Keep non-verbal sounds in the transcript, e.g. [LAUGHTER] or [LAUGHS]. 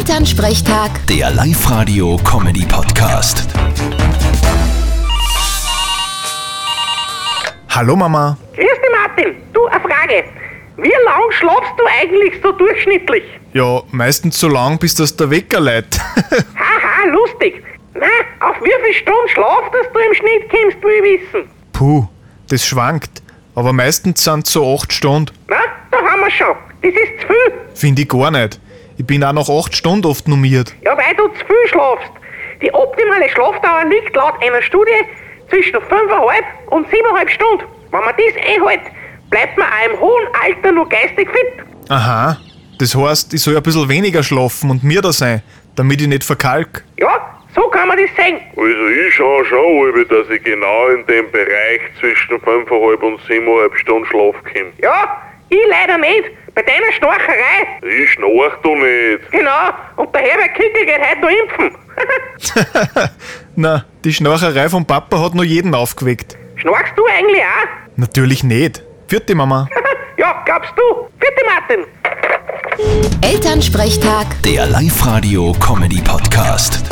Elternsprechtag, Der Live-Radio-Comedy-Podcast. Hallo Mama. Grüß dich, Martin. Du, eine Frage. Wie lang schlafst du eigentlich so durchschnittlich? Ja, meistens so lang, bis das der Wecker lädt. [LAUGHS] Haha, lustig. Na, auf wie viel Stunden Schlaf, dass du im Schnitt kommst, will ich wissen. Puh, das schwankt. Aber meistens sind so acht Stunden. Na, da haben wir schon. Das ist zu viel. Finde ich gar nicht. Ich bin auch nach acht Stunden oft normiert. Ja, weil du zu viel schlafst. Die optimale Schlafdauer liegt laut einer Studie zwischen 5,5 und 7,5 Stunden. Wenn man das einhält, bleibt man auch im hohen Alter noch geistig fit. Aha. Das heißt, ich soll ein bisschen weniger schlafen und mir da sein, damit ich nicht verkalk. Ja, so kann man das sehen. Also ich schaue schon, Uwe, dass ich genau in dem Bereich zwischen 5,5 und 7,5 Stunden Schlaf komme. Ja, ich leider nicht. Bei deiner Schnorcherei Ich schnarch doch nicht. Genau, und der Herbert Kickel geht heute noch impfen. [LAUGHS] Na, die Schnarcherei vom Papa hat nur jeden aufgeweckt. Schnarchst du eigentlich auch? [LAUGHS] Natürlich nicht. Vierte Mama. ja, glaubst du? Vierte Martin. Elternsprechtag. Der Live-Radio-Comedy-Podcast.